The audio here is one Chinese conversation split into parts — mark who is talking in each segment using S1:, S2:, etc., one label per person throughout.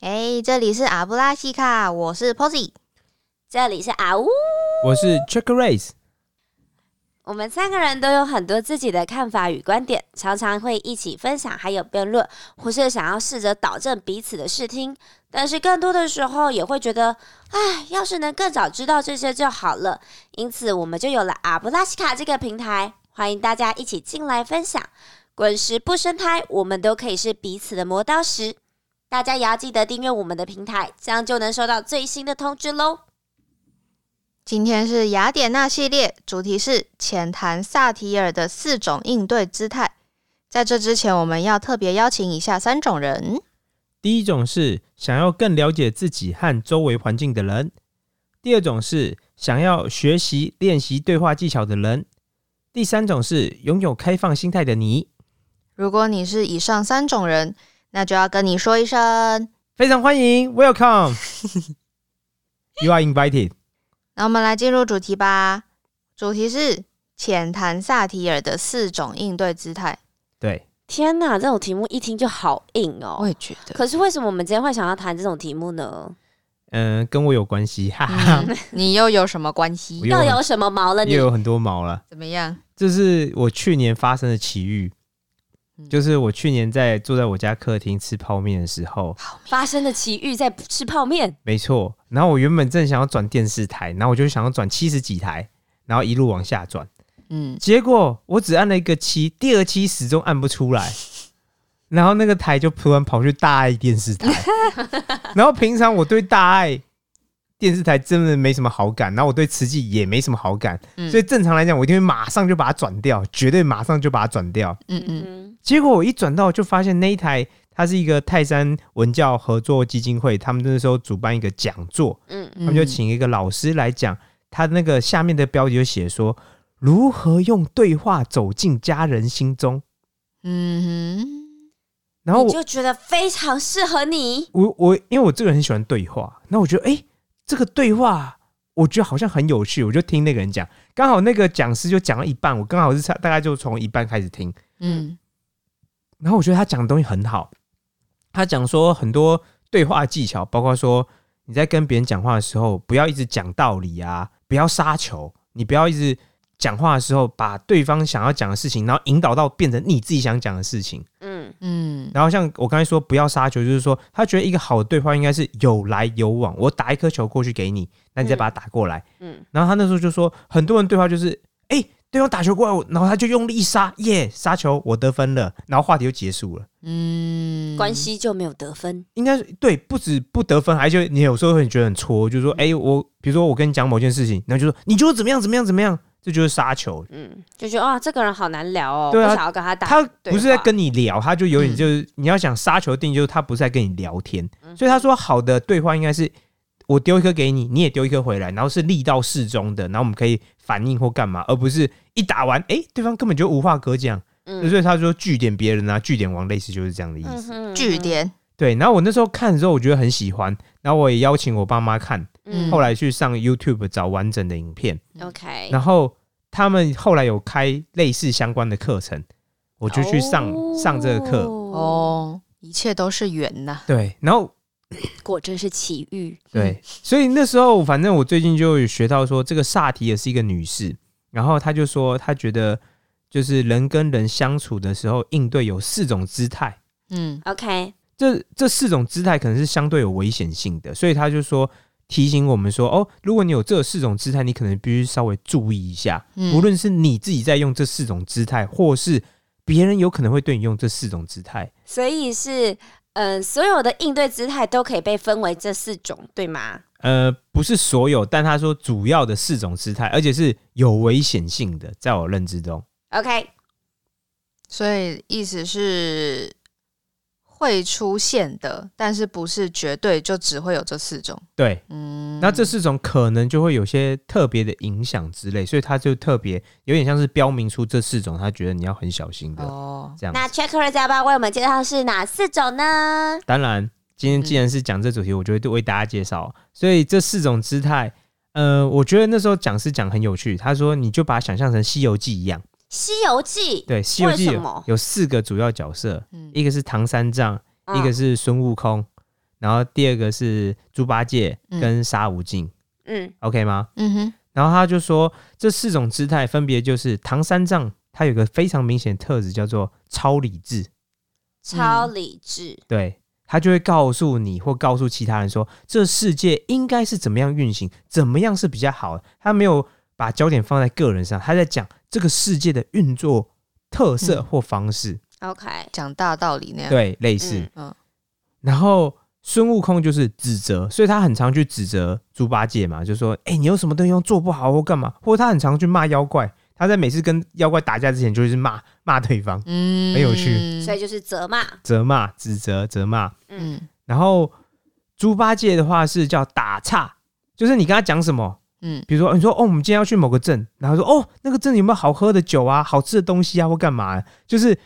S1: 哎这里是阿布拉西卡，我是 Posy。
S2: 这里是啊呜，
S3: 我是 Check Race，
S2: 我们三个人都有很多自己的看法与观点，常常会一起分享，还有辩论，或是想要试着导正彼此的视听。但是更多的时候也会觉得，哎，要是能更早知道这些就好了。因此，我们就有了阿布拉西卡这个平台，欢迎大家一起进来分享。滚石不生胎，我们都可以是彼此的磨刀石。大家也要记得订阅我们的平台，这样就能收到最新的通知喽。
S1: 今天是雅典娜系列，主题是浅谈萨提尔的四种应对姿态。在这之前，我们要特别邀请以下三种人。
S3: 第一种是想要更了解自己和周围环境的人；第二种是想要学习练习对话技巧的人；第三种是拥有开放心态的你。
S1: 如果你是以上三种人，那就要跟你说一声。
S3: 非常欢迎，Welcome 。You are invited。
S1: 那我们来进入主题吧。主题是浅谈萨提尔的四种应对姿态。
S3: 对，
S2: 天哪，这种题目一听就好硬哦！
S1: 也觉得，
S2: 可是为什么我们今天会想要谈这种题目呢？
S3: 嗯、跟我有关系，哈哈，
S1: 嗯、你又有什么关
S3: 我
S1: 系？
S3: 又
S2: 又有什么毛了你？
S3: 啊又有很多毛了。
S1: 怎么样？
S3: 这是我去年发生的奇遇，
S1: 嗯
S3: 就是我去年在坐在我家客厅吃泡面的时候，
S2: 发生的奇遇在吃泡面，
S3: 没错。然后我原本正想要转电视台，然后我就想要转七十几台，然后一路往下转。
S1: 嗯，
S3: 结果我只按了一个七，第二期始终按不出来，然后那个台就突然跑去大爱电视台，然后平常我对大爱电视台真的没什么好感，然后我对慈济也没什么好感，
S1: 嗯
S3: 所以正常来讲我一定会马上就把它转掉，绝对马上就把它转掉。
S1: 嗯嗯，
S2: 嗯，
S3: 结果我一转到就发现那一台它是一个泰山文教合作基金会，他们那时候主办一个讲座，
S2: 嗯，
S1: 他
S3: 他们就请一个老师来讲，他那个下面的标题就写说如何用对话走进家人心中。
S1: 嗯
S3: 然后
S2: 你
S3: 我
S2: 就觉得非常适合你，
S3: 我我因为我这个人很喜欢对话，那我觉得诶这个对话我觉得好像很有趣，我就听那个人讲，刚好那个讲师就讲了一半，我刚好是差大概就从一半开始听，
S1: 哼嗯
S3: 然后我觉得他讲的东西很好，他讲说很多对话技巧，包括说你在跟别人讲话的时候，不要一直讲道理啊，不要杀球，你不要一直讲话的时候把对方想要讲的事情，然后引导到变成你自己想讲的事情。
S2: 嗯，
S1: 嗯
S3: 然后像我刚才说不要杀球，就是说他觉得一个好的对话应该是有来有往，我打一颗球过去给你，那你再把它打过来。
S2: 嗯
S3: 然后他那时候就说，很多人对话就是，哎、对方打球过来，我然后他就用力一杀，耶，杀球，我得分了，然后话题就结束了。
S1: 嗯，
S2: 关系就没有得分，
S3: 应该是对，不止不得分，而且你有时候会觉得很戳，就是
S2: 嗯
S3: 说，哎、我比如说我跟你讲某件事情，然后就说你觉得我怎么样怎么样怎么样，这就是杀球。
S2: 嗯，就觉得哇，这个人好难聊哦，
S3: 对啊
S2: 不想要跟他打，
S3: 他
S2: 对
S3: 不是在
S2: 话
S3: 跟你聊，他就有点
S1: 嗯
S3: 就是、你要想杀球定义就是他不是在跟你聊天，
S2: 嗯
S3: 所以他说好的对话应该是我丢一颗给你，你也丢一颗回来，然后是力道适中的，然后我们可以反应或干嘛，而不是一打完，哎、对方根本就无话可讲，
S2: 嗯
S3: 所以他说据点别人啊，据点王类似就是这样的意思。
S2: 嗯哼
S1: 据，点，
S3: 对，然后我那时候看的时候，我觉得很喜欢，然后我也邀请我爸妈看，
S2: 嗯哎
S3: 后来去上 YouTube 找完整的影片，
S2: ，OK，
S3: 然后他们后来有开类似相关的课程，我就去上、上这个课。
S2: 哦，
S1: 哦，一切都是缘呐。
S3: 对，然后
S2: 果真是奇遇，
S3: 对，所以那时候反正我最近就有学到说，这个萨提也是一个女士，然后她就说她觉得就是人跟人相处的时候，应对有四种姿态。
S1: 嗯
S2: ，OK，
S3: 这这四种姿态可能是相对有危险性的，所以他就说提醒我们说，哦，如果你有这四种姿态，你可能必须稍微注意一下，
S1: 嗯
S3: 无论是你自己在用这四种姿态，或是别人有可能会对你用这四种姿态，
S2: 所以是。嗯，所有的应对姿态都可以被分为这四种，对吗？
S3: 呃，不是所有，但他说主要的四种姿态，而且是有危险性的，在我认知中，
S2: OK，
S1: 所以意思是会出现的，但是不是绝对就只会有这四种。
S3: 对，
S1: 嗯，
S3: 那这四种可能就会有些特别的影响之类，所以他就特别有点像是标明出这四种，他觉得你要很小心的、
S1: 哦，
S3: 这样子。
S2: 那 Checker 要不要为我们介绍是哪四种呢？
S3: 当然，今天既然是讲这主题，我就会为大家介绍。所以这四种姿态，呃，我觉得那时候讲师讲很有趣，他说你就把它想象成《西游记》一样，
S2: 《西游记》
S3: 对，《西游
S2: 为
S3: 记有
S2: 什》么
S3: 有四个主要角色，
S1: 嗯
S3: 一个是唐三藏，
S2: 嗯
S3: 一个是孙悟空，然后第二个是猪八戒
S1: 嗯
S3: 跟沙无尽、
S2: 嗯
S3: o k 吗？
S1: 嗯哼，
S3: 然后他就说，这四种姿态分别就是唐三藏，他有个非常明显的特质叫做超理智，
S2: 超理智，
S3: 对他就会告诉你或告诉其他人说，这世界应该是怎么样运行，怎么样是比较好的。他没有把焦点放在个人上，他在讲这个世界的运作特色
S1: 嗯
S3: 或方式，
S2: OK，
S1: 讲大道理那样。
S3: 对，啊类似。
S1: 嗯嗯
S3: 然后孙悟空就是指责，所以他很常去指责猪八戒嘛，就说：“哎、你有什么东西做不好或干嘛？”或者他很常去骂妖怪。他在每次跟妖怪打架之前，就是骂骂对方，
S1: 嗯，
S3: 很有趣
S2: 所以就是责骂，
S3: 责骂、指责、责骂。
S2: 嗯，
S1: 嗯
S3: 然后猪八戒的话是叫打岔，就是你跟他讲什么，
S1: 嗯
S3: 比如说你说哦，我们今天要去某个镇，然后说哦，那个镇有没有好喝的酒啊、好吃的东西啊，或干嘛的？就是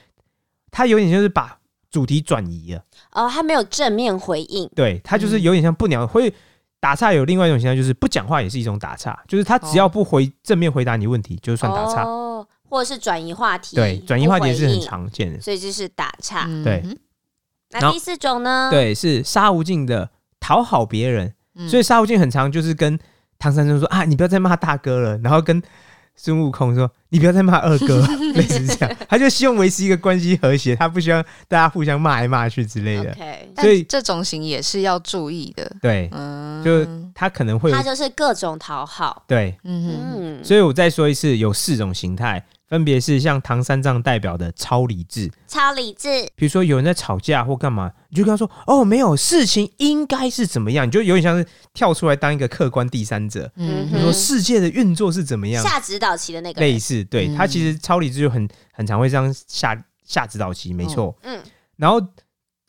S3: 他有点就是把主题转移啊了。
S2: 哦，他没有正面回应，
S3: 对，他就是
S2: 嗯
S3: 有点像不鸟，会打岔。有另外一种形象，就是不讲话也是一种打岔，就是他只要不回、正面回答你问题，就算打岔。
S2: 哦，或者是转移话题，
S3: 对，转移
S2: 不
S3: 话题
S2: 回
S3: 是很
S2: 应，
S3: 常见的。
S2: 所以就是打岔。
S1: 嗯
S3: 对
S1: 哼
S2: 那
S3: 然
S2: 第四种呢？，
S3: 对，是杀无尽的讨好别人，
S1: 嗯
S3: 所以杀无尽很常就是跟唐三藏说啊，你不要再骂大哥了，然后跟。孙悟空说：“你不要再骂二哥， 类似这样，他就希望维持一个关系和谐，他不希望大家互相骂来骂去之类的。
S2: OK，
S1: 但
S3: 所以
S1: 这种型也是要注意的。
S3: 对
S1: 嗯，
S3: 就他可能会有
S2: 他就是各种讨好。
S3: 对，
S1: 嗯哼
S2: 嗯，
S3: 所以我再说一次，有四种形态，分别是像唐三藏代表的超理智，
S2: 超理智，
S3: 比如说有人在吵架或干嘛，你就跟他说：“哦，没有，事情应该是怎么样。”你就有点像是跳出来当一个客观第三者，
S1: 嗯
S3: 就
S1: 哼
S3: 说世界的运作是怎么样，
S2: 下指导棋的那个
S3: 类
S2: 人，
S3: 似。对、
S1: 嗯
S3: 他其实超理智就很很常会这样下下指导棋，没错。
S2: 嗯，
S3: 然后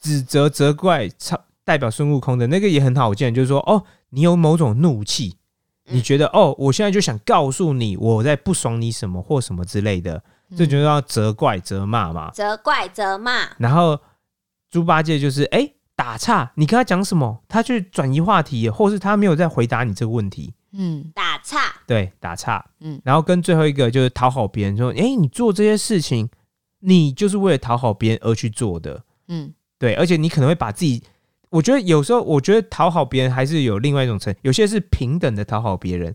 S3: 指责责怪超代表孙悟空的那个也很好见，就是说哦，你有某种怒气，
S2: 嗯
S3: 你觉得、哦，我现在就想告诉你我在不爽你什么或什么之类的，
S1: 嗯
S3: 这就叫责怪责骂嘛。
S2: 责怪、责骂，
S3: 然后猪八戒就是哎、打岔，你跟他讲什么，他去转移话题，或是他没有在回答你这个问题。
S1: 嗯
S2: 打岔，
S3: 对，打岔，
S1: 嗯
S3: 嗯，然后跟最后一个就是讨好别人，说，哎、你做这些事情，你就是为了讨好别人而去做的，
S1: 嗯
S3: 对，而且你可能会把自己，我觉得有时候我觉得讨好别人还是有另外一种层，有些是平等的讨好别人，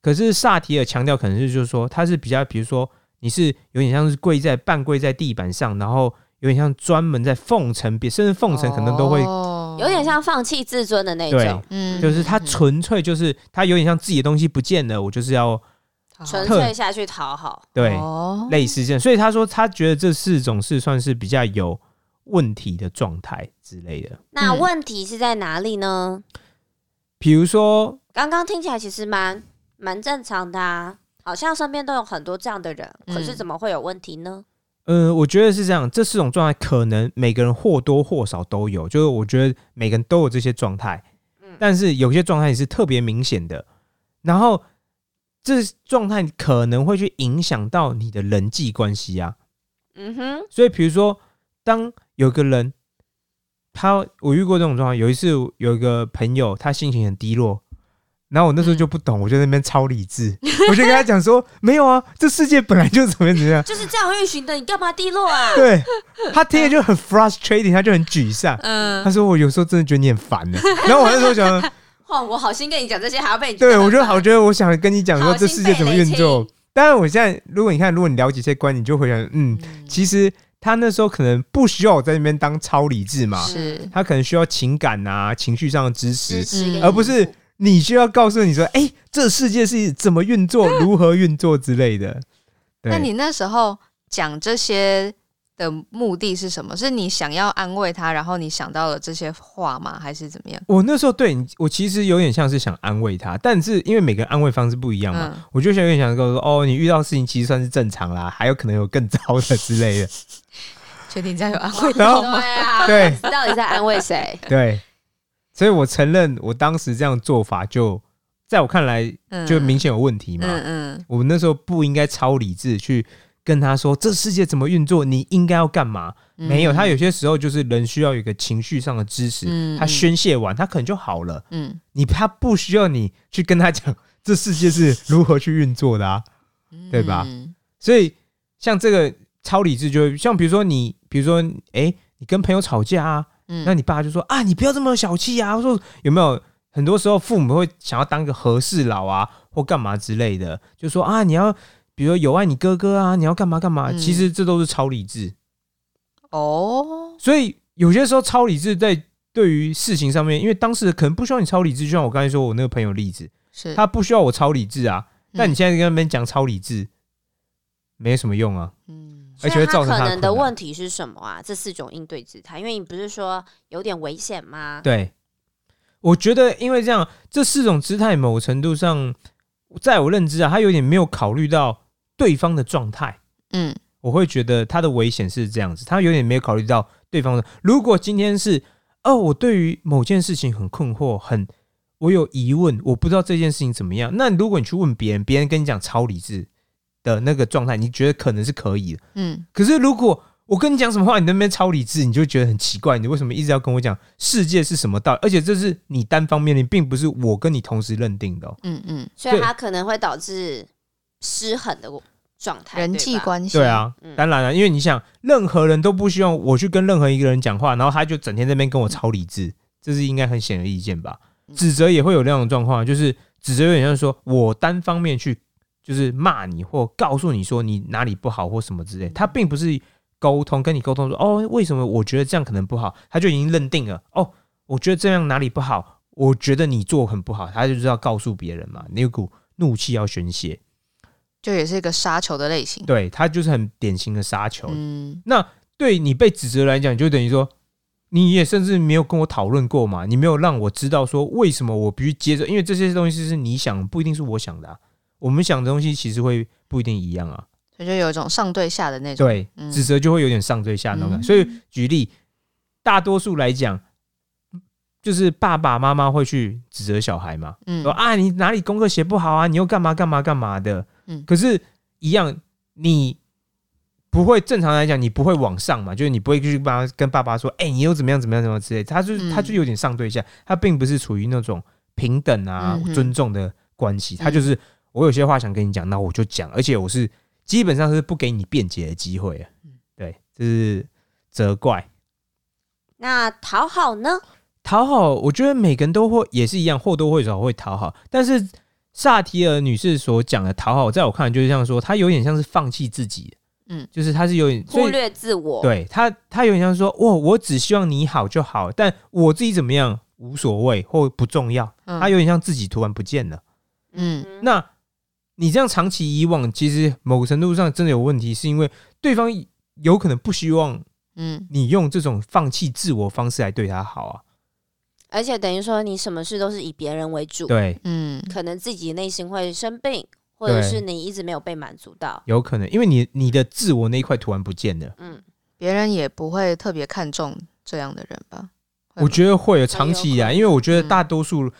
S3: 可是萨提尔强调可能是就是说他是比较，比如说你是有点像是跪在半跪在地板上，然后有点像专门在奉承别，甚至奉承可能都会，
S1: 哦
S2: 有点像放弃自尊的那
S3: 对
S2: 种，，
S1: 嗯
S3: 就是他
S1: 嗯
S3: 纯粹就是他有点像自己的东西不见了，我就是要
S1: 嗯
S2: 纯
S1: 好
S2: 粹下去讨好。
S3: 对、
S1: 哦
S3: 类似这样，所以他说他觉得这四种是算是比较有问题的状态之类的，
S2: 那
S1: 嗯
S2: 问题是在哪里呢？
S3: 比如说
S2: 刚刚听起来其实蛮蛮正常的啊，好像身边都有很多这样的人，
S1: 嗯
S2: 可是怎么会有问题呢？
S3: 呃，我觉得是这样，这四种状态可能每个人或多或少都有，就是我觉得每个人都有这些状态，但是有些状态是特别明显的，然后这状态可能会去影响到你的人际关系啊。
S2: 嗯哼，
S3: 所以，比如说，当有个人他，我遇过这种状况，有一次有一个朋友，他心情很低落。然后我那时候就不懂，我就在那边超理智，我就跟他讲说：“没有啊，这世界本来就怎么样怎么样，
S2: 就是这样运行的，你干嘛低落啊？
S3: 对他听着就很 frustrating，他就很沮丧。他
S1: 嗯
S3: 说：“我有时候真的觉得你很烦呢。”然后我那时候想，
S2: 哦，我好心跟你讲这些，还要被你
S3: 对
S2: 觉得
S3: 我就好
S2: 烦
S3: 觉得我想跟你讲说
S2: 好
S3: 这世界怎么运作。当然，我现在如果你看，如果你了解这些观，你就会想，嗯，其实他那时候可能不需要我在那边当超理智嘛，
S1: 是
S3: 他可能需要情感啊、情绪上的支
S2: 支
S3: 持，
S1: 嗯
S2: 持给你，
S3: 而不是你需要告诉你说，哎，这世界是怎么运 作、如何运作之类的。对
S1: 那你那时候讲这些的目的是什么？是你想要安慰他，然后你想到了这些话吗？还是怎么样？
S3: 我那时候对你，我其实有点像是想安慰他，但是因为每个人安慰方式不一样嘛，
S1: 嗯
S3: 我就想有点想跟我说，哦，你遇到事情其实算是正常啦，还有可能有更糟的之类 的。
S1: 确定这样有安慰？
S3: 然后
S2: 对啊，
S3: 对
S2: 知道你在安慰谁？
S3: 对，所以我承认我当时这样做法就在我看来
S1: 嗯
S3: 就明显有问题嘛。
S1: 嗯嗯
S3: 我那时候不应该超理智去跟他说这世界怎么运作，你应该要干嘛？
S1: 嗯
S3: 没有，他有些时候就是人需要有一个情绪上的支持，
S1: 嗯
S3: 他宣泄完他可能就好了。
S1: 嗯
S3: 你他不需要你去跟他讲这世界是如何去运作的啊。
S1: 嗯
S3: 对吧
S1: 嗯
S3: 所以像这个超理智就会，像比如说你，比如说诶，你跟朋友吵架啊，
S1: 嗯
S3: 那你爸就说啊，你不要这么小气啊。我说有没有？很多时候父母会想要当个和事佬啊，或干嘛之类的，就说啊，你要比如有爱你哥哥啊，你要干嘛干嘛。
S1: 嗯
S3: 其实这都是超理智，
S1: 哦，
S3: 所以有些时候超理智在对于事情上面，因为当事人可能不需要你超理智，就像我刚才说我那个朋友例子，
S1: 是
S3: 他不需要我超理智啊。但
S1: 嗯
S3: 你现在跟他们讲超理智，没什么用啊。
S1: 嗯
S3: 而且
S2: 所以
S3: 会造成
S2: 可
S3: 他的
S2: 能的
S3: 困扰
S2: 问题是什么啊？这四种应对姿态，因为你不是说有点危险吗？
S3: 对，我觉得因为这样，这四种姿态某程度上，在我认知啊，他有点没有考虑到对方的状态。
S1: 嗯
S3: 我会觉得他的危险是这样子，他有点没有考虑到对方的。如果今天是哦，我对于某件事情很困惑，很我有疑问，我不知道这件事情怎么样。那如果你去问别人，别人跟你讲超理智的那个状态，你觉得可能是可以的。
S1: 嗯
S3: 可是如果我跟你讲什么话，你那边超理智，你就觉得很奇怪，你为什么一直要跟我讲世界是什么道理？而且这是你单方面的，并不是我跟你同时认定的、哦。
S1: 嗯嗯，
S2: 所以
S3: 对
S2: 它可能会导致失衡的状态，
S1: 人
S2: 对
S1: 际
S2: 吧。
S1: 关系
S3: 对，啊
S2: 嗯，
S3: 当然了、因为你想，任何人都不希望我去跟任何一个人讲话，然后他就整天在那边跟我超理智，这是应该很显而易见吧？
S1: 嗯
S3: 指责也会有那种状况，就是指责有点像说我单方面去就是骂你或告诉你说你哪里不好或什么之类，他并不是沟通跟你沟通说哦为什么我觉得这样可能不好，他就已经认定了哦，我觉得这样哪里不好，我觉得你做很不好，他就是要告诉别人嘛，那股怒气要宣泄，
S1: 就也是一个杀球的类型。
S3: 对他就是很典型的杀球，
S1: 嗯
S3: 对你被指责来讲，就等于说你也甚至没有跟我讨论过嘛，你没有让我知道说为什么我必须接受，因为这些东西是你想，不一定是我想的、啊。我们想的东西其实会不一定一样啊。
S1: 所以就有一种上对下的那种。
S3: 对
S1: 嗯，
S3: 指责就会有点上对下那种感觉。
S1: 嗯
S3: 所以举例，大多数来讲，就是爸爸妈妈会去指责小孩嘛，
S1: 嗯
S3: 说啊，你哪里功课写不好啊，你又干嘛干嘛干嘛的。
S1: 嗯
S3: 可是，一样，你不会正常来讲，你不会往上嘛，就是你不会去帮他跟爸爸说，哎、你又怎么样怎么样怎么样之类的。他就、
S1: 嗯
S3: 他就有点上对下，他并不是处于那种平等啊
S1: 嗯、哼嗯
S3: 尊重的关系，他就是我有些话想跟你讲，那我就讲，而且我是基本上是不给你辩解的机会啊。
S1: 嗯
S3: 对，这是责怪。
S2: 那讨好呢？
S3: 讨好，我觉得每个人都会也是一样，或多或少会讨好。但是萨提尔女士所讲的讨好，在我看来就是像说，她有点像是放弃自己，
S1: 嗯
S3: 嗯，就是她是有点所
S2: 忽
S3: 以
S2: 略自我，
S3: 对她，她有点像说，哇，我只希望你好就好，但我自己怎么样无所谓或不重要。
S1: 嗯
S3: 她有点像自己突然不见了。
S1: 嗯
S3: 那你这样长期以往，其实某个程度上真的有问题，是因为对方有可能不希望
S1: 嗯
S3: 你用这种放弃自我方式来对他好啊。
S2: 而且等于说你什么事都是以别人为主，
S3: 对，
S1: 嗯
S2: 可能自己内心会生病，或者
S3: 对
S2: 是你一直没有被满足到。
S3: 有可能，因为你你的自我那一块突然不见了，
S2: 嗯，
S1: 别人也不会特别看重这样的人吧？会吗
S3: 我觉得会有长期
S2: 很有
S3: 以
S2: 可
S3: 来，
S2: 能嗯
S3: 因为我觉得大多数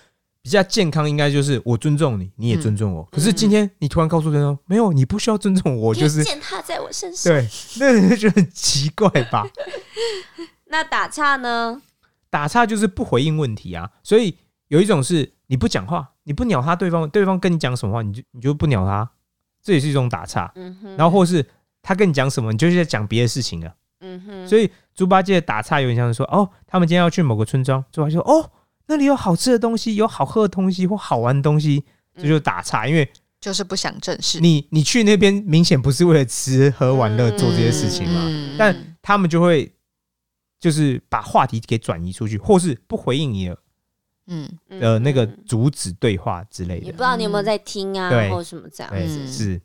S3: 比较健康应该就是我尊重你，你也尊重我。
S2: 嗯
S3: 可是今天你突然告诉对方，没有，你不需要尊重我，就是
S2: 践踏在我身上。
S3: 对， 那人就觉得很奇怪吧？
S2: 那打岔呢？
S3: 打岔就是不回应问题啊，所以有一种是你不讲话，你不鸟他对方，对方跟你讲什么话，你就你就不鸟他，这也是一种打岔。
S2: 嗯哼，
S3: 然后或是他跟你讲什么，你就是在讲别的事情了。
S2: 嗯哼，
S3: 所以猪八戒打岔有点像是说，哦，他们今天要去某个村庄，猪八戒说，哦，那里有好吃的东西，有好喝的东西或好玩的东西，
S2: 嗯
S3: 这就是打岔，因为
S1: 就是不想正视
S3: 你你去那边明显不是为了吃喝玩乐做这些事情嘛，
S1: 嗯
S3: 但他们就会就是把话题给转移出去，或是不回应你
S1: 嗯
S2: 嗯
S3: 的呃那个
S2: 嗯
S3: 阻止对话之类
S2: 也不
S3: 的，
S2: 知道你有没有在听啊，
S3: 对
S2: 或什么这样
S3: 对，
S2: 子。
S1: 嗯
S3: 是。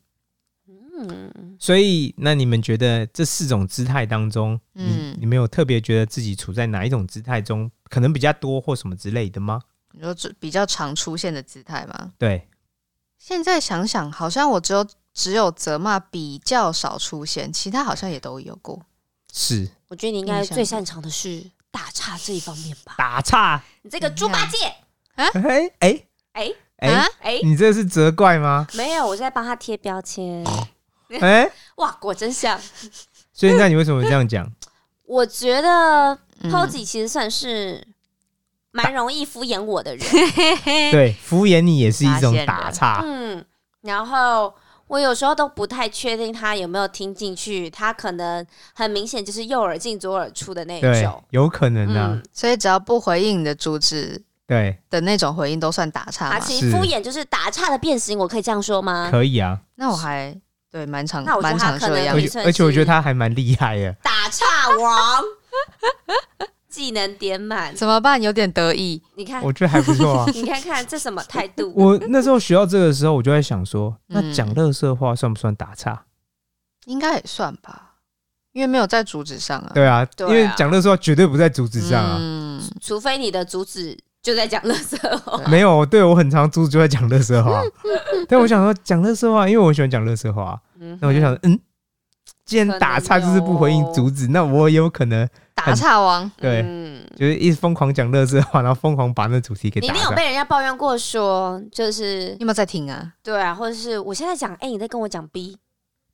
S2: 嗯，
S3: 所以，那你们觉得这四种姿态当中，
S1: 嗯
S3: 你你们有特别觉得自己处在哪一种姿态中，可能比较多或什么之类的吗？
S1: 你说这比较常出现的姿态吗？
S3: 对，
S1: 现在想想，好像我只有只有责骂比较少出现，其他好像也都有过。
S3: 是
S2: 我觉得你应该
S1: 印象
S2: 最擅长的是打岔这一方面吧。
S3: 打岔。
S2: 你这个猪八戒，
S3: 哎哎
S2: 哎
S1: 啊
S3: 哎，
S2: 哎，
S3: 你这是责怪吗？
S2: 没有，我在帮他贴标签。
S3: 哎，
S2: 哇，果真像。
S3: 所以那你为什么这样讲？
S2: 我觉得
S1: 嗯
S2: Posy 其实算是蛮容易敷衍我 的人。
S3: 对，敷衍你也是一种打岔。
S2: 嗯，然后。我有时候都不太确定他有没有听进去，他可能很明显就是右耳进左耳出的那一
S3: 对
S2: 种。，
S3: 有可能啊，
S2: 嗯，
S1: 所以只要不回应你的主旨
S3: 对，
S1: 的那种回应，都算打岔
S2: 啊，
S1: 嘛。
S2: 其
S3: 是
S2: 实敷衍就是打岔的变形，我可以这样说吗？
S3: 可以啊，
S1: 那我还对蛮常
S2: 那我觉得
S1: 蛮
S2: 他
S1: 常
S2: 可
S1: 这
S2: 能
S1: 样
S3: 而
S2: 会
S1: 的，
S3: 且而且我觉得他还蛮厉害的，
S2: 打岔王，技能点 满，
S1: 怎么办？有点得意，
S2: 你看，
S3: 我觉得还不
S2: 。
S3: 错啊
S2: 你看看这什么态度？
S3: 我那时候学到这个时候，我就在想说，那
S1: 嗯
S3: 讲乐色话算不算打岔？
S1: 应该也算吧，因为没有在主旨上啊。
S3: 对啊，
S2: 对
S3: 因
S2: 啊
S3: 为讲乐色话绝对不在主旨上啊。
S1: 嗯，
S2: 除非你的主旨就在讲乐色话，
S1: 对啊
S3: 没有，对我很常主就在讲乐色话，但我想说讲乐色话，因为我喜欢讲乐色话，啊
S2: 嗯
S3: 那我就想，嗯，既然打岔就是不回应
S2: 可能有
S3: 主旨，那我也有可能
S1: 打岔王，
S3: 对
S2: 嗯
S3: 就是一直疯狂讲乐色话，然后疯狂把那主题给
S2: 你
S3: 打
S2: 没有
S3: 断。
S2: 被人家抱怨过说，就是
S1: 你有没有在听啊？
S2: 对啊，或者是我现在讲哎 A，你在跟我讲 B，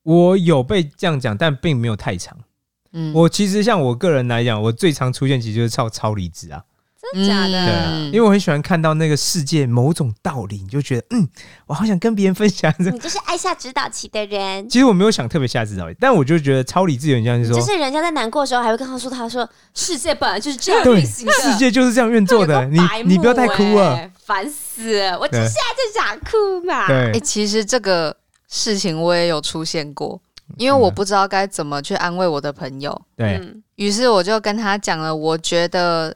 S3: 我有被这样讲，但并没有太长。
S1: 嗯，
S3: 我其实像我个人来讲，我最常出现其实就是超超理智啊，
S2: 真的假
S1: 嗯
S3: 对
S2: 的？
S3: 啊，因为我很喜欢看到那个世界某种道理，你就觉得嗯，我好想跟别人分享这。
S2: 你就是爱下指导棋的人，
S3: 其实我没有想特别下指导，但我就觉得超理智有点像是
S2: 就
S3: 说，
S2: 是人家在难过的时候还会跟他说，他说世界本来就是这样
S3: 对
S2: 运行的。
S3: 世界就是这样运作的，
S2: 有
S3: 你
S2: 个白目
S3: 你不要太哭了。
S2: 欸，烦死了！我就
S3: 对
S2: 现在就想哭嘛。
S1: 哎、
S3: 对，
S1: 其实这个事情我也有出现过，因为
S3: 嗯
S1: 我不知道该怎么去安慰我的朋友，
S3: 对，
S2: 嗯，
S1: 于是我就跟他讲了，我觉得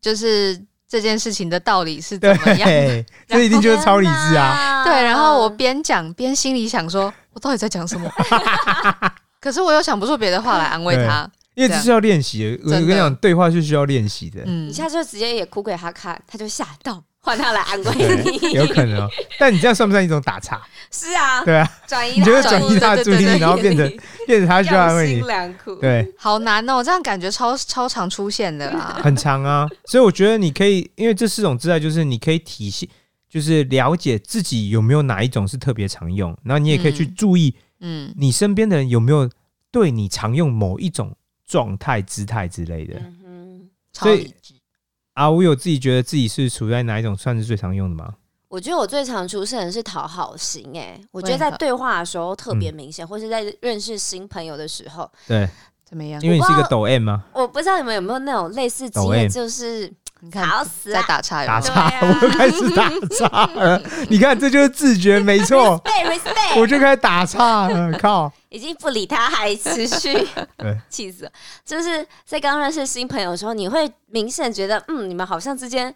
S1: 就是这件事情的道理是怎么样。
S3: 对，这一定就是超理智啊。
S2: 啊
S1: 对，然后我边讲边心里想说，我到底在讲什么？ 可是我又想不出别的话来安慰他。
S3: 因为这是要练习的，我
S1: 真
S3: 跟
S1: 的
S3: 你讲，对话是需要练习的，
S1: 嗯
S2: 你，下次就直接也哭给他看，他就吓到，换他来安慰
S3: 对， 有
S2: 你。
S3: 可能哦。但你这样算不算一种打岔？
S2: 是啊，
S3: 对啊，
S2: 转移
S3: 你就
S2: 他
S3: 是
S2: 的
S3: 转
S2: 注
S3: 移
S2: 意
S3: 他的注意
S2: 对对对
S3: 力，然后变成变成他需要安慰
S2: 用
S3: 你
S2: 心，良苦。
S3: 对，
S1: 好难哦，这样感觉超超常出现的啦。
S3: 很长啊。所以我觉得你可以，因为这四种姿态就是你可以体现，就是了解自己有没有哪一种是特别常用，然后你也可以去
S1: 嗯
S3: 注意
S1: 嗯，
S3: 你身边的人有没有对你常用某一种状态、姿态之类的。
S2: 嗯哼，
S1: 超
S3: 所以
S1: 理智。
S3: 啊，我有自己觉得自己是处在哪一种算是最常用的吗？
S2: 我觉得我最常出现的是讨好型，哎，我觉
S1: 为
S2: 得在
S1: 何嗯
S2: 对话的时候特别明显，或是在认识新朋友的时候，
S3: 对，
S1: 怎么样
S3: 因？为你是一
S2: 我不知
S3: 个
S2: 道
S3: 抖 M 啊吗？
S2: 我不知道你们有没有那种类似经
S1: 哦
S3: 抖
S2: 验，
S3: M
S2: 就是
S1: 你看
S2: 吵死
S1: 在
S2: 啊，
S1: 打岔有没
S3: 打岔，
S1: 有？
S2: 对啊
S3: 我开始打岔 了。你看，这就是自觉，没错，
S2: 被 respect，
S3: 我就开始打 岔了。靠，
S2: 已经不理他，还持续
S3: 对，
S2: 气死了！就是在刚认识新朋友的时候，你会明显觉得，嗯，你们好像之间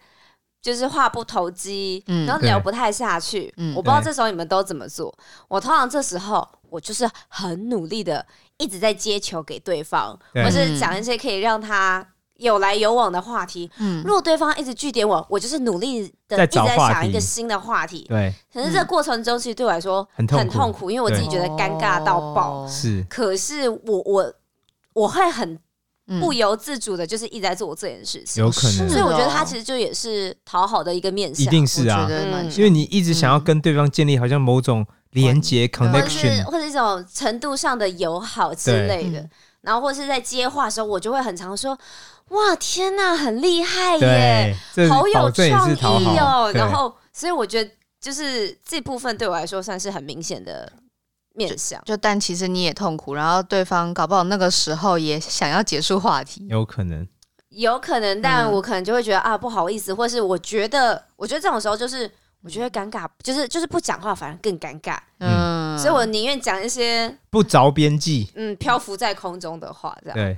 S2: 就是话不投机，
S1: 嗯
S2: 然后聊不太下去。
S1: 嗯
S2: 我不知道
S3: 对
S2: 这时候你们都怎么做。我通常这时候，我就是很努力的一直在接球给对方，
S3: 对
S2: 或是讲一些可以让他有来有往的话题。
S1: 嗯
S2: 如，果对方一直拒点我，我就是努力的
S3: 在
S2: 一直
S3: 找
S2: 在
S3: 话
S2: 想一
S3: 题
S2: 个新的话题。
S3: 对，
S2: 可是这过程中，其实对我来说
S3: 很痛苦
S2: 苦，因为我自己觉得尴尬到爆。
S1: 哦
S3: 是，
S2: 可是我我我会很
S1: 嗯
S2: 不由自主的，就是一直在做这件事情。
S3: 有可
S1: 是
S3: 能
S2: 所以我觉得他
S1: 哦
S2: 其实就也是讨好的一个面向，
S3: 一定是啊
S1: 我觉，得蛮
S2: 嗯
S3: 因为你一直想要跟对方建立好像某种连接
S2: 或者
S3: connection，
S2: 是或者一种程度上的友好之类的。然后或是在接话的时候，我就会很常说：“哇，天呐，很厉害耶，
S3: 对，这
S2: 好有
S3: 保证也
S2: 创
S3: 是讨
S2: 意哦
S3: 好。”，对
S2: 然后，所以我觉得就是这部分对我来说算是很明显的面向。
S1: 就但其实你也痛苦，然后对方搞不好那个时候也想要结束话题，
S3: 有可能，
S2: 有可能，但
S1: 嗯
S2: 我可能就会觉得、啊，不好意思，或是我觉得，我觉得这种时候就是我觉得尴尬，就是就是不讲话反而更尴尬，
S1: 嗯，
S2: 所以我宁愿讲一些
S3: 不着边际，
S2: 嗯漂浮在空中的话，这样。
S3: 对。啊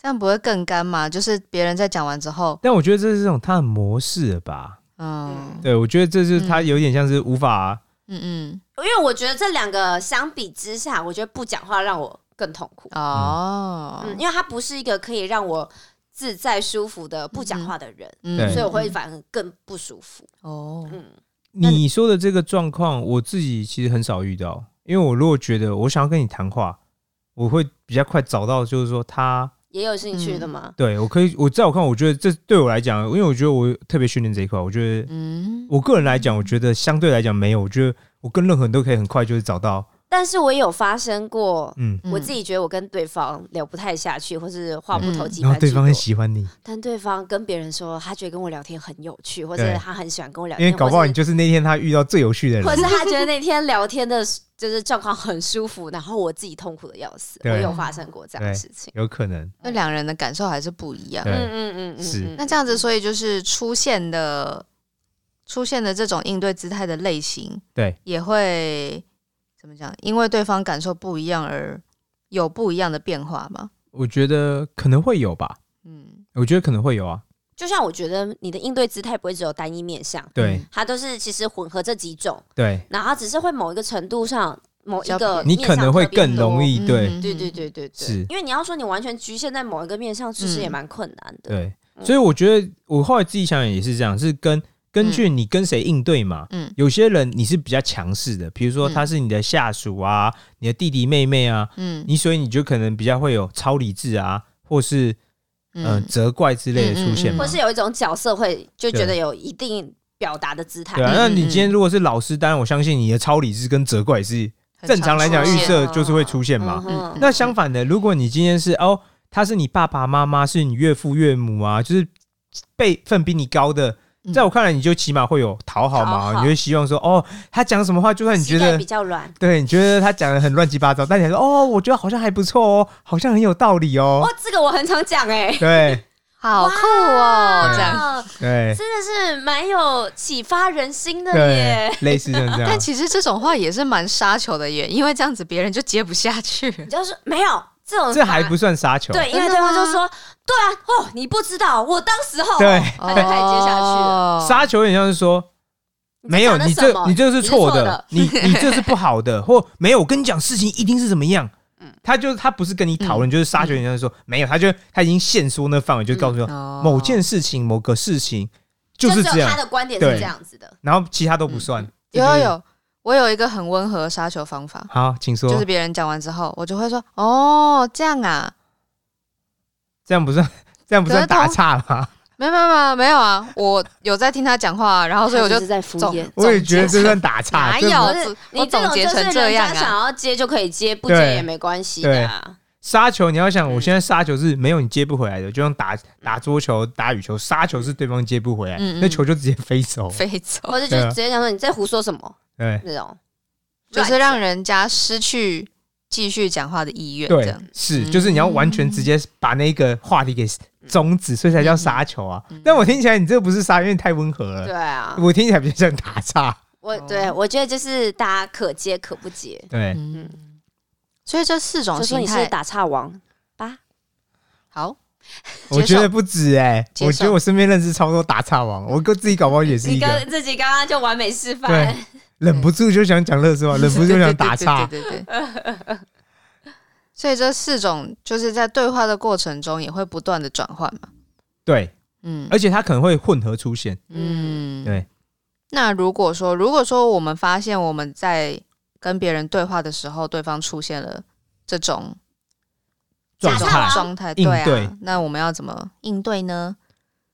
S1: 这样不会更干嘛？就是别人在讲完之后，
S3: 但我觉得这是这种他的模式了吧？
S1: 嗯
S3: 对，我觉得这是他有点像是无法，
S1: 嗯
S2: 因为我觉得这两个相比之下，我觉得不讲话让我更痛苦，
S1: 嗯，哦，
S2: 嗯，因为他不是一个可以让我自在舒服的不讲话的人，
S1: 嗯
S3: 对
S2: 所以我会反而更不舒服。
S1: 哦，
S2: 嗯，
S1: 那
S3: 你说的这个状况，我自己其实很少遇到，因为我如果觉得我想要跟你谈话，我会比较快找到，就是说他
S2: 也有兴趣的
S1: 嗯
S2: 吗？
S3: 对我可以，我在我看，我觉得这对我来讲，因为我觉得我特别训练这一块，我觉得
S1: 嗯，
S3: 我个人来讲，我觉得相对来讲没有，我觉得我跟任何人都可以很快就是找到
S2: 但是我也有发生过，
S3: 嗯，
S1: 嗯
S2: 我自己觉得我跟对方聊不太下去，或是话不投机
S1: 嗯
S3: 然
S2: 半
S3: 后对
S2: 句多。
S3: 方很喜欢你，
S2: 但对方跟别人说，他觉得跟我聊天很有趣，或
S3: 对
S2: 者他很喜欢跟我聊
S3: 因
S2: 天，
S3: 为搞不好你就是那天他遇到最有趣的
S2: 哎 或
S3: 人
S2: 是，或是他觉得那天聊天的，就是状况很舒服，然后我自己痛苦的要死，我
S3: 对
S2: 有发生过这样的
S3: 对
S2: 事情。
S3: 有可能，
S1: 那嗯两人的感受还是不一样。
S3: 对
S2: 嗯嗯嗯嗯，
S3: 是
S2: 嗯
S1: 那这样子，所以就是出现的出现的这种应对姿态的类型，
S3: 对，
S1: 也会怎么讲？因为对方感受不一样而有不一样的变化嘛。
S3: 我觉得可能会有吧，
S1: 嗯，
S3: 我觉得可能会有啊，
S2: 就像我觉得你的应对姿态不会只有单一面向，
S3: 对
S2: 它都是其实混合这几种，
S3: 对，
S2: 然后只是会某一个程度上某一
S1: 比较
S2: 个
S1: 偏
S3: 你
S2: 面
S3: 可
S2: 向
S3: 能会
S2: 特别
S3: 更
S2: 多
S3: 容易
S1: 嗯
S3: 对
S1: 嗯
S2: 对对对对对，
S3: 是嗯
S2: 因为你要说你完全局限在某一个面上，其实也蛮困难的。
S3: 对，
S1: 嗯
S3: 所以我觉得我后来自己想想也是这样，是跟根据你跟谁应对嘛。
S1: 嗯
S3: 有些人你是比较强势的，比如说
S1: 嗯
S3: 他是你的下属啊，你的弟弟妹妹啊，
S1: 嗯
S3: 你所以你就可能比较会有超理智啊，或是呃
S1: 嗯
S3: 责怪之类的出现嘛。
S2: 或是有一种角色会就觉得
S3: 对
S2: 有一定表达的姿态
S3: 对，啊，
S1: 嗯
S3: 那你
S1: 嗯
S3: 今天如果是老师，当然我相信你的超理智跟责怪是
S1: 很
S3: 正常来讲
S1: 出
S3: 预
S1: 现哦
S3: 设就是会出现嘛。
S2: 嗯哼
S1: 嗯
S3: 那相反的，如果你今天是哦，他是你爸爸妈妈，是你岳父岳母啊，就是辈分比你高的，
S1: 嗯
S3: 在我看来，你就起码会有讨好
S2: 讨
S3: 嘛，
S2: 好
S3: 你会希望说哦，他讲什么话，就算你觉
S2: 膝盖
S3: 得
S2: 比较软。
S3: 对，你觉得他讲的很乱七八糟，但你还说哦，我觉得好像还不错哦，好像很有道理哦
S2: 哦，，这个我很常讲哎、
S3: 对
S1: 好酷哦，
S2: 哇
S1: 这样。
S3: 对啊
S2: 真的是蛮有启发人心的
S3: 对
S2: 耶。，
S3: 类似像这样
S1: 但，其实这种话也是蛮杀球的耶，因为这样子别人就接不下去
S2: 你。就是没有这种
S3: 这还
S2: 反
S3: 不算杀球，
S2: 对，因为
S1: 真的
S2: 对方就
S1: 吗
S2: 说对啊，哦，你不知道，我当时候
S3: 对
S2: 他就开始接下去了。
S1: 哦
S3: 杀球有点像是说
S2: 在
S3: 没有，
S2: 讲的
S3: 你
S2: 什
S3: 这
S2: 么
S3: 你这是
S2: 你是
S3: 错
S2: 错
S3: 的
S2: 的，
S3: 你你这是不好的，或没有，我跟你讲事情一定是怎么样。他就是他不是跟你讨论，就是杀球，人家说没有，他就他已经限缩那范围，就告诉你说
S1: 哦
S3: 某件事情、某个事情就是
S2: 只有
S3: 这样
S2: 他，的观点是
S3: 对
S2: 这样子的。
S3: 然后其他都不算。
S1: 有
S3: 就
S1: 有
S3: 是，
S1: 有，我有一个很温和的杀球方法，
S3: 好，请说，
S1: 就是别人讲完之后，我就会说：“哦，这样啊，
S3: 这样不算， 这样不算
S1: 可是
S3: 打
S1: 通
S3: 岔吗？
S1: 没有没有没有没有啊，我有在听他讲话啊，然后所以我
S2: 他
S1: 就
S2: 只是在敷
S1: 总
S2: 衍。
S3: 我也觉得
S1: 总结
S3: 这算打岔，
S1: 哪
S3: 这
S1: 有
S3: 不
S2: 可
S1: 我
S2: 是
S1: 总
S2: 你这种
S1: 我总结
S2: 就是
S1: 成这
S2: 人家
S1: 样啊
S2: 想要接就可以接，不接
S3: 对
S2: 也没关系的啊。
S3: 杀球，你要想，我现在杀球是没有你接不回来的，就像打打桌球、打羽球，杀球是对方接不回来，
S1: 嗯嗯
S3: 那球就直接飞走。
S1: 飞走，
S2: 或者就
S3: 对啊
S2: 直接讲说你在胡说什么
S3: 对
S2: 那种，
S1: 就是
S2: 乱
S1: 让人家失去继续讲话的意愿。这
S3: 对
S1: 样，
S3: 是，
S1: 嗯
S3: 就是你要完全直接把那个话题给终止，所以才叫杀球啊。但我听起来你这个不是杀，因为太温和
S2: 讲
S3: 了
S2: 对。啊，
S3: 我听起来比较像打岔。
S2: 我
S1: 哦
S2: 对我觉得就是大家可接可不接，
S3: 对，
S1: 嗯，所以这四种
S2: 就说
S1: 心
S2: 你是
S1: 态，
S2: 打岔王吧。
S1: 好，
S3: 我
S1: 接
S3: 觉
S1: 受
S3: 得不止哎、
S1: 接受
S3: 我觉得我身边认识超多打岔王，我跟自己搞不好也是
S2: 你
S3: 一个
S2: 跟自己刚刚就完美示
S3: 对
S2: 范，，
S3: 忍不住就想讲乐 色话，忍不住就想打岔。
S1: 对对对对对对 所以这四种就是在对话的过程中也会不断的转换嘛。
S3: 对，
S1: 嗯
S3: 而且他可能会混合出现。
S1: 嗯，
S3: 哎对。
S1: 那如果说，如果说我们发现我们在跟别人对话的时候，对方出现了这种
S2: 打
S3: 状
S2: 岔
S3: 态
S2: 王，
S1: 状态，
S3: 应
S1: 对
S3: 对
S1: 啊，那我们要怎么应对呢？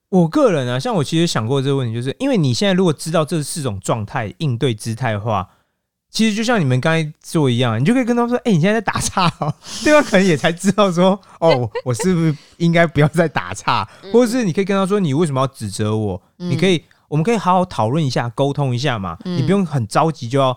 S3: 我个人啊，像我其实想过这个问题，就是因为你现在如果知道这四种状态应对姿态的话，其实就像你们刚才做一样，你就可以跟他们说：“哎、你现在在打岔哦。”对方可能也才知道说：“哦，我我是不是应该不要再打岔？”
S2: 嗯
S3: 或者是你可以跟他说：“你为什么要指责我？”
S1: 嗯
S3: 你可以，我们可以好好讨论一下，沟通一下嘛。
S1: 嗯
S3: 你不用很着急就要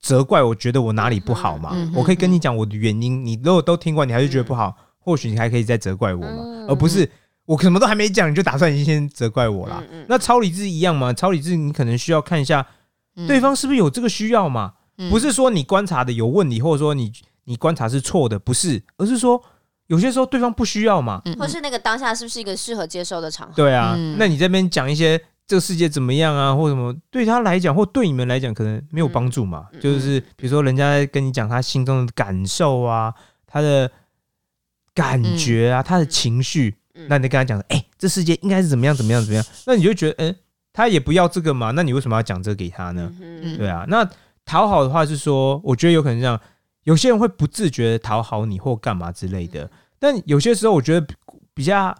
S3: 责怪我，觉得我哪里不好嘛。
S1: 嗯嗯嗯
S3: 我可以跟你讲我的原因，你如果都听完，你还是觉得不好，或许你还可以再责怪我嘛，
S2: 嗯
S3: 而不是我什么都还没讲，你就打算先责怪我啦。
S2: 嗯嗯
S3: 那超理智一样嘛，超理智你可能需要看一下
S1: 嗯
S3: 对方是不是有这个需要嘛，不是说你观察的有问题，或者说你你观察是错的，不是，而是说有些时候对方不需要嘛，
S1: 嗯嗯
S2: 或是那个当下是不是一个适合接受的场合？
S3: 对啊，
S1: 嗯
S3: 那你这边讲一些这个世界怎么样啊，或什么，对他来讲或对你们来讲可能没有帮助嘛。
S2: 嗯嗯
S3: 就是比如说人家跟你讲他心中的感受啊，他的感觉啊，他的情绪，
S2: 嗯
S3: 那你就跟他讲，哎、这世界应该是怎么样怎么样怎么样，那你就觉得，嗯、他也不要这个嘛，那你为什么要讲这个给他呢？
S2: 嗯
S3: 对啊，那讨好的话是说，我觉得有可能这样，有些人会不自觉的讨好你或干嘛之类的，但有些时候我觉得比比较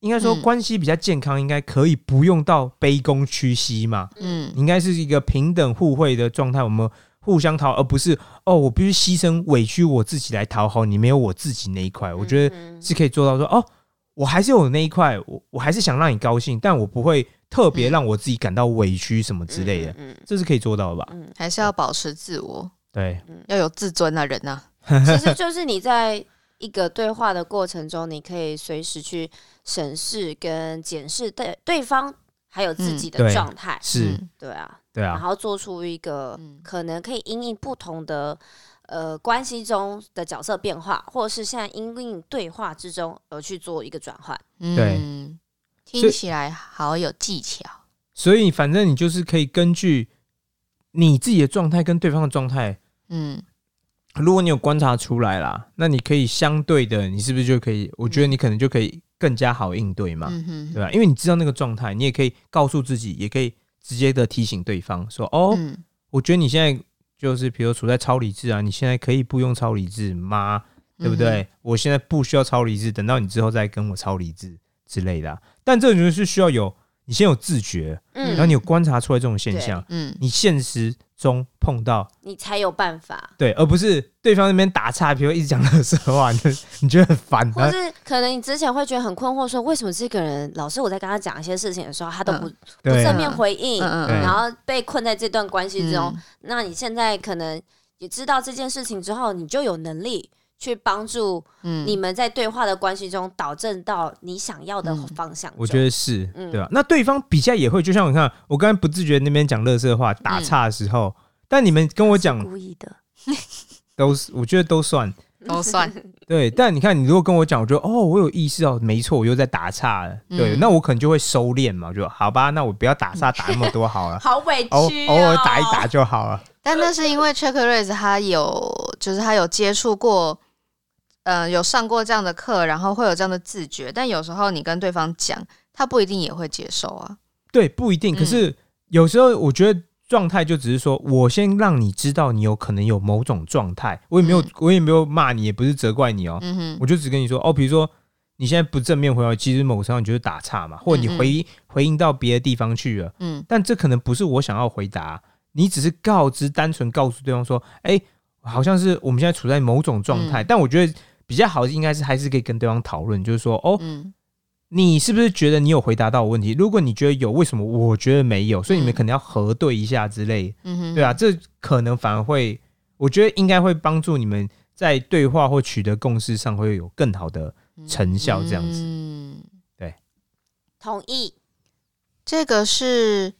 S3: 应该说
S1: 嗯
S3: 关系比较健康，应该可以不用到卑躬屈膝嘛，
S1: 嗯
S3: 应该是一个平等互惠的状态，我们互相讨好，而不是哦，我必须牺牲委屈我自己来讨好你，没有我自己那一块。我觉得
S2: 嗯哼
S3: 是可以做到说，哦，我还是有那一块，我我还是想让你高兴，但我不会特别
S1: 嗯
S3: 让我自己感到委屈什么之类的，
S2: 嗯
S3: 这是可以做到的吧？
S2: 嗯，
S1: 还是要保持自我，
S3: 对，
S1: 要有自尊啊，人呐、啊。
S2: 嗯其实就是你在一个对话的过程中，你可以随时去审视跟检视对对方还有自己
S3: 嗯
S2: 的
S3: 对
S2: 状态，
S3: 是，
S1: 嗯
S2: 对啊，
S3: 对
S2: 然
S3: 啊，
S2: 后做出一个
S1: 嗯
S2: 可能可以因应不同的呃关系中的角色变化，或者是现在因应对话之中而去做一个转换。
S3: 对
S1: 嗯，听
S3: 所以
S1: 起来好有技巧。
S3: 所以反正你就是可以根据你自己的状态跟对方的状态，
S1: 嗯，
S3: 如果你有观察出来啦，那你可以相对的，你是不是就可以？我觉得你可能就可以更加好应对嘛，
S1: 嗯哼，
S3: 对吧？因为你知道那个状态，你也可以告诉自己，也可以直接的提醒对方说：“哦，
S1: 嗯
S3: 我觉得你现在就是，比如处在超理智啊，你现在可以不用超理智吗？对
S1: 嗯
S3: 不对？？我现在不需要超理智，等到你之后再跟我超理智之类的啊、但这种就是需要有你先有自觉，然后
S2: 嗯，
S3: 你有观察出来这种现象，
S1: 嗯
S3: 你现实中碰到
S2: 你才有办法，
S3: 对，而不是对方那边打岔，比如一直讲垃圾话，你就你觉得很烦。
S2: 或
S3: 然后
S2: 是可能你之前会觉得很困惑，说为什么这个人老是我在跟他讲一些事情的时候，他都不不
S3: 嗯对啊
S2: 正面回应，
S1: 嗯
S3: 对
S2: 然后被困在这段关系
S1: 嗯，
S2: 中。那你现在可能也知道这件事情之后，你就有能力去帮助
S1: 嗯
S2: 你们在对话的关系中导正到你想要的
S1: 嗯
S2: 方向中。
S3: 我觉得是，
S2: 嗯
S3: 对吧？那对方比较也会，就像你看，我刚才不自觉那边讲垃圾话打
S2: 嗯
S3: 岔的时候，但你们跟我讲
S2: 故意的，，
S3: 都是，我觉得都算
S1: 都算
S3: 对。但你看，你如果跟我讲，我觉得哦，我有意识到，没错，我又在打岔了。对，
S1: 嗯
S3: 那我可能就会收敛嘛，就好吧，那我不要打岔打那么多好了
S2: 好委
S3: 偶
S2: 屈、哦
S3: 偶尔打一打就好了。
S1: 但那是因为 Check Raise 他有，就是他有接触过，呃，有上过这样的课，然后会有这样的自觉。但有时候你跟对方讲，他不一定也会接受啊。
S3: 对，不一定。
S1: 嗯
S3: 可是有时候我觉得状态就只是说，我先让你知道你有可能有某种状态，我也没有，
S1: 嗯
S3: 我也没有骂你，也不是责怪你哦，
S1: 嗯哼，
S3: 我就只跟你说，哦，比如说你现在不正面回应，其实某程度上你就是打岔嘛，或者你
S1: 嗯嗯
S3: 回回应到别的地方去了，
S1: 嗯
S3: 但这可能不是我想要回答，你只是告知，单纯告诉对方说，哎，好像是我们现在处在某种状态，
S1: 嗯
S3: 但我觉得。比较好应该是还是可以跟对方讨论，就是说，哦，
S1: 嗯
S3: 你是不是觉得你有回答到我问题？如果你觉得有，为什么我觉得没有？所以你们
S1: 嗯
S3: 可能要核对一下之类，
S1: 嗯哼，
S3: 对啊，这可能反而会，我觉得应该会帮助你们在对话或取得共识上会有更好的。
S1: 嗯，
S3: 成效这样子
S1: 嗯，
S2: 同意。
S1: 这个是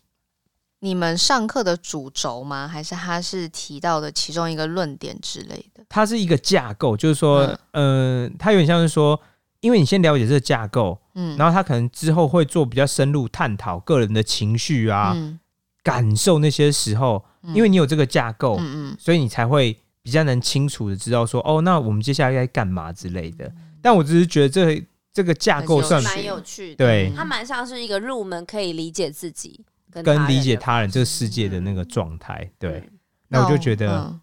S1: 你们上课的主轴吗？还是他是提到的其中一个论点之类的？
S3: 它是一个架构，就是说，嗯、它有点像是说，因为你先了解这个架构，
S1: 嗯，
S3: 然后他可能之后会做比较深入探讨个人的情绪啊、
S1: 嗯，
S3: 感受那些时候，
S1: 嗯
S3: 因为你有这个架构，
S1: 嗯嗯
S3: 所以你才会比较能清楚的知道说，哦，那我们接下来该干嘛之类的。
S2: 嗯
S3: 但我只是觉得这这个架构
S1: 很有
S3: 算
S1: 趣
S2: 蛮有趣的，
S3: 对
S1: 嗯
S2: 它蛮像是一个入门，可以理解自己跟
S3: 跟理解
S2: 他
S3: 他人这个世界的那个状态，
S2: 人
S3: 对
S2: 的。。嗯
S3: 那我就觉得，
S1: 嗯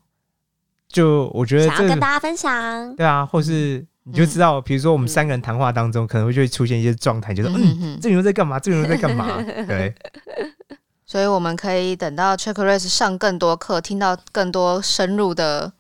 S3: 就我觉得
S2: 想
S3: 这
S2: 要
S3: 个
S2: 跟大家嗯分享，
S3: 对啊，或是你就知道，比如说我们三个人谈话当中，可能会就会出现一些状态，就是嗯，
S1: 嗯哼哼
S3: 这个人在干嘛？这个人在 干嘛？对，
S1: 所以我们可以等到 Check Race 上更多课，听到更多深入的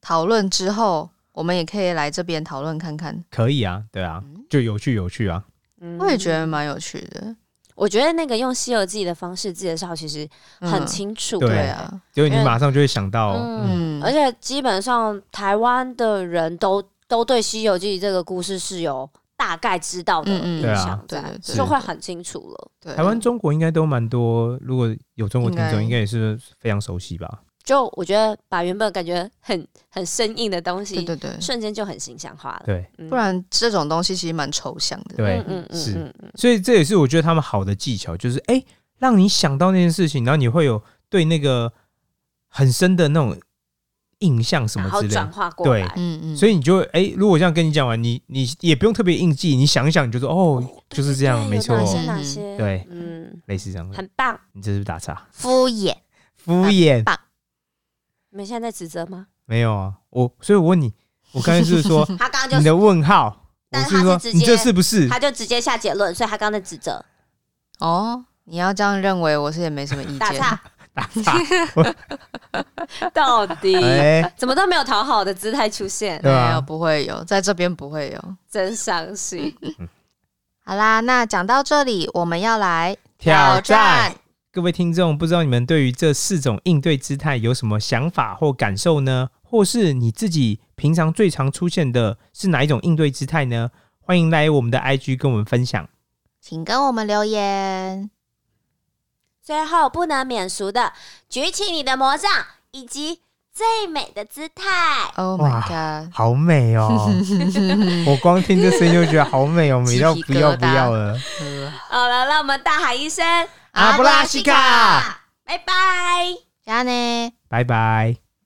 S1: 讨论之后，我们也可以来这边讨论看看。
S3: 可以啊，对啊
S1: 嗯，
S3: 就有趣有趣啊，
S2: 嗯
S1: 我也觉得，蛮有趣的，
S2: 我觉得那个用《西游记》的方式介绍，其实
S1: 嗯
S2: 很清楚，
S3: 对
S1: 对啊，
S3: 就是你马上就会想到，嗯，
S1: 嗯，
S2: 而且基本上台湾的人都都对《西游记》这个故事是有大概知道的
S1: 嗯嗯
S2: 印
S3: 对啊
S2: 象在，
S1: 对对
S3: 对
S2: 就会很清楚了。
S1: 对
S3: 台湾、中国应该都蛮多，如果有中国听
S1: 应该
S3: 众，应该也是非常熟悉吧？
S2: 就我觉得把原本感觉很很生硬的东
S1: 对
S2: 西，
S1: 对对，
S3: 嗯
S2: 瞬间就很形象化了。
S3: 对
S2: 嗯
S1: 不然这种东西其实蛮抽象的。
S3: 对，
S2: 嗯嗯
S3: 是
S2: 嗯嗯
S3: 所以这也是我觉得他们好的技巧，就是哎、诶让你想到那件事情，然后你会有对那个很深的那种印象什
S2: 然
S3: 么
S2: 后
S3: 之类
S2: 转
S3: 的。
S2: 化过
S3: 对
S2: 来，
S1: 嗯嗯，
S3: 所
S1: 以
S3: 以你就哎、诶如果这样跟你讲完，你你也不用特别印记，你想一想，你就说哦，就是这样，
S2: 对
S3: 没错
S2: 有，哪
S1: 是
S2: 些哪些？
S3: 对
S2: 嗯，
S3: 类似这样的。
S2: 很棒。
S3: 你这是不是打岔？
S1: 敷衍，
S3: 敷衍
S1: 棒
S2: 你们现在在指责吗？
S3: 没有啊？我所以我问你，我刚才是说
S2: 嗯他刚刚
S3: 你
S2: 就
S3: 的问号，我
S2: 但是他
S3: 是说
S2: 是直接
S3: 你这是不是？
S2: 他就直接下结论，所以他刚刚在指责
S3: 嗯
S1: 哦，你要这样认为，我是也没什么意见。
S2: 打岔。
S3: 打法，
S2: 到底
S3: 哎、
S2: 怎么都没有讨好的姿态出现，
S3: 对啊吧
S1: 没有，不会有，在这边不会有。
S2: 真伤心。
S1: 好啦，那讲到这里，我们要来
S3: 挑战。各位听众，不知道你们对于这四种应对姿态有什么想法或感受呢？或是你自己平常最常出现的是哪一种应对姿态呢？欢迎来我们的 IG 跟我们分享。
S1: 请跟我们留言。
S2: 最后不能免俗的，举起你的魔杖，以及最美的姿态。
S1: Oh my
S3: 哇
S1: god！
S3: 好美 哦！我光听这声音就觉得好美哦，美到
S1: 鸡皮
S3: 不
S1: 疙瘩
S3: 要不要了。
S2: 好了，让我们大喊一声，
S3: 阿布拉西卡，
S2: 拜拜。
S1: 加呢？
S3: 拜拜。